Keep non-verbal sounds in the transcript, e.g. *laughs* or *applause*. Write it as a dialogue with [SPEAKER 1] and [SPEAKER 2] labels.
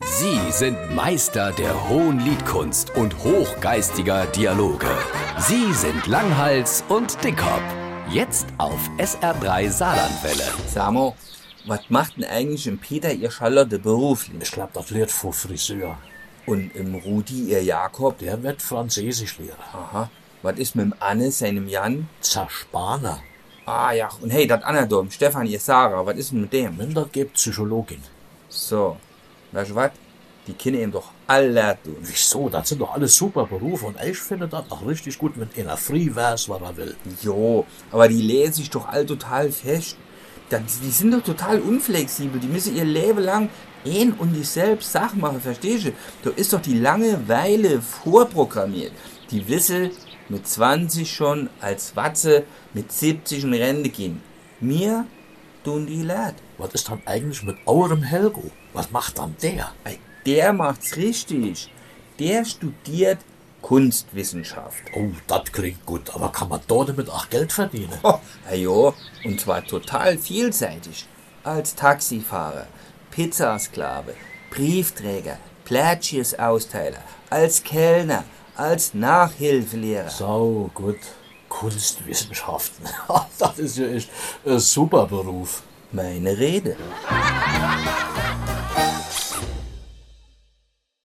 [SPEAKER 1] Sie sind Meister der hohen Liedkunst und hochgeistiger Dialoge. Sie sind Langhals und Dickhop. Jetzt auf SR3 Saarlandwelle.
[SPEAKER 2] Sag mal, was macht denn eigentlich im Peter ihr Charlotte beruflich?
[SPEAKER 3] Ich glaube, das lehrt vor Friseur.
[SPEAKER 2] Und im Rudi ihr Jakob?
[SPEAKER 3] Der wird Französischlehrer.
[SPEAKER 2] Aha. Was ist mit dem Anne, seinem Jan?
[SPEAKER 3] Zerspaner.
[SPEAKER 2] Ah ja, und hey, das Anadom, Stefan, ihr Sarah, was ist denn mit dem?
[SPEAKER 3] Münder gibt Psychologin.
[SPEAKER 2] So, weißt du was? Die Kinder eben doch alle tun.
[SPEAKER 3] Wieso? Das sind doch alles super Berufe und ich finde das auch richtig gut, wenn einer free weiß, was er will.
[SPEAKER 2] Jo, aber die lese ich doch all total fest. Da- Die sind doch total unflexibel. Die müssen ihr Leben lang ein und dieselbe Sache machen, verstehst du? Da ist doch die Langeweile vorprogrammiert. Die wissen mit 20 schon als Watze mit 70 in Rente gehen. Mir tun die leid.
[SPEAKER 3] Was ist dann eigentlich mit eurem Helgo? Was macht dann der?
[SPEAKER 2] Ey, Der macht's richtig. Der studiert Kunstwissenschaft.
[SPEAKER 3] Oh, das klingt gut, aber kann man dort damit auch Geld verdienen?
[SPEAKER 2] Oh, na jo, und zwar total vielseitig. Als Taxifahrer, Pizzasklave, Briefträger, Plätschiersausteiler, als Kellner, als Nachhilfelehrer.
[SPEAKER 3] So gut. Kunstwissenschaften. *laughs* das ist ja echt ein super Beruf.
[SPEAKER 2] Meine Rede.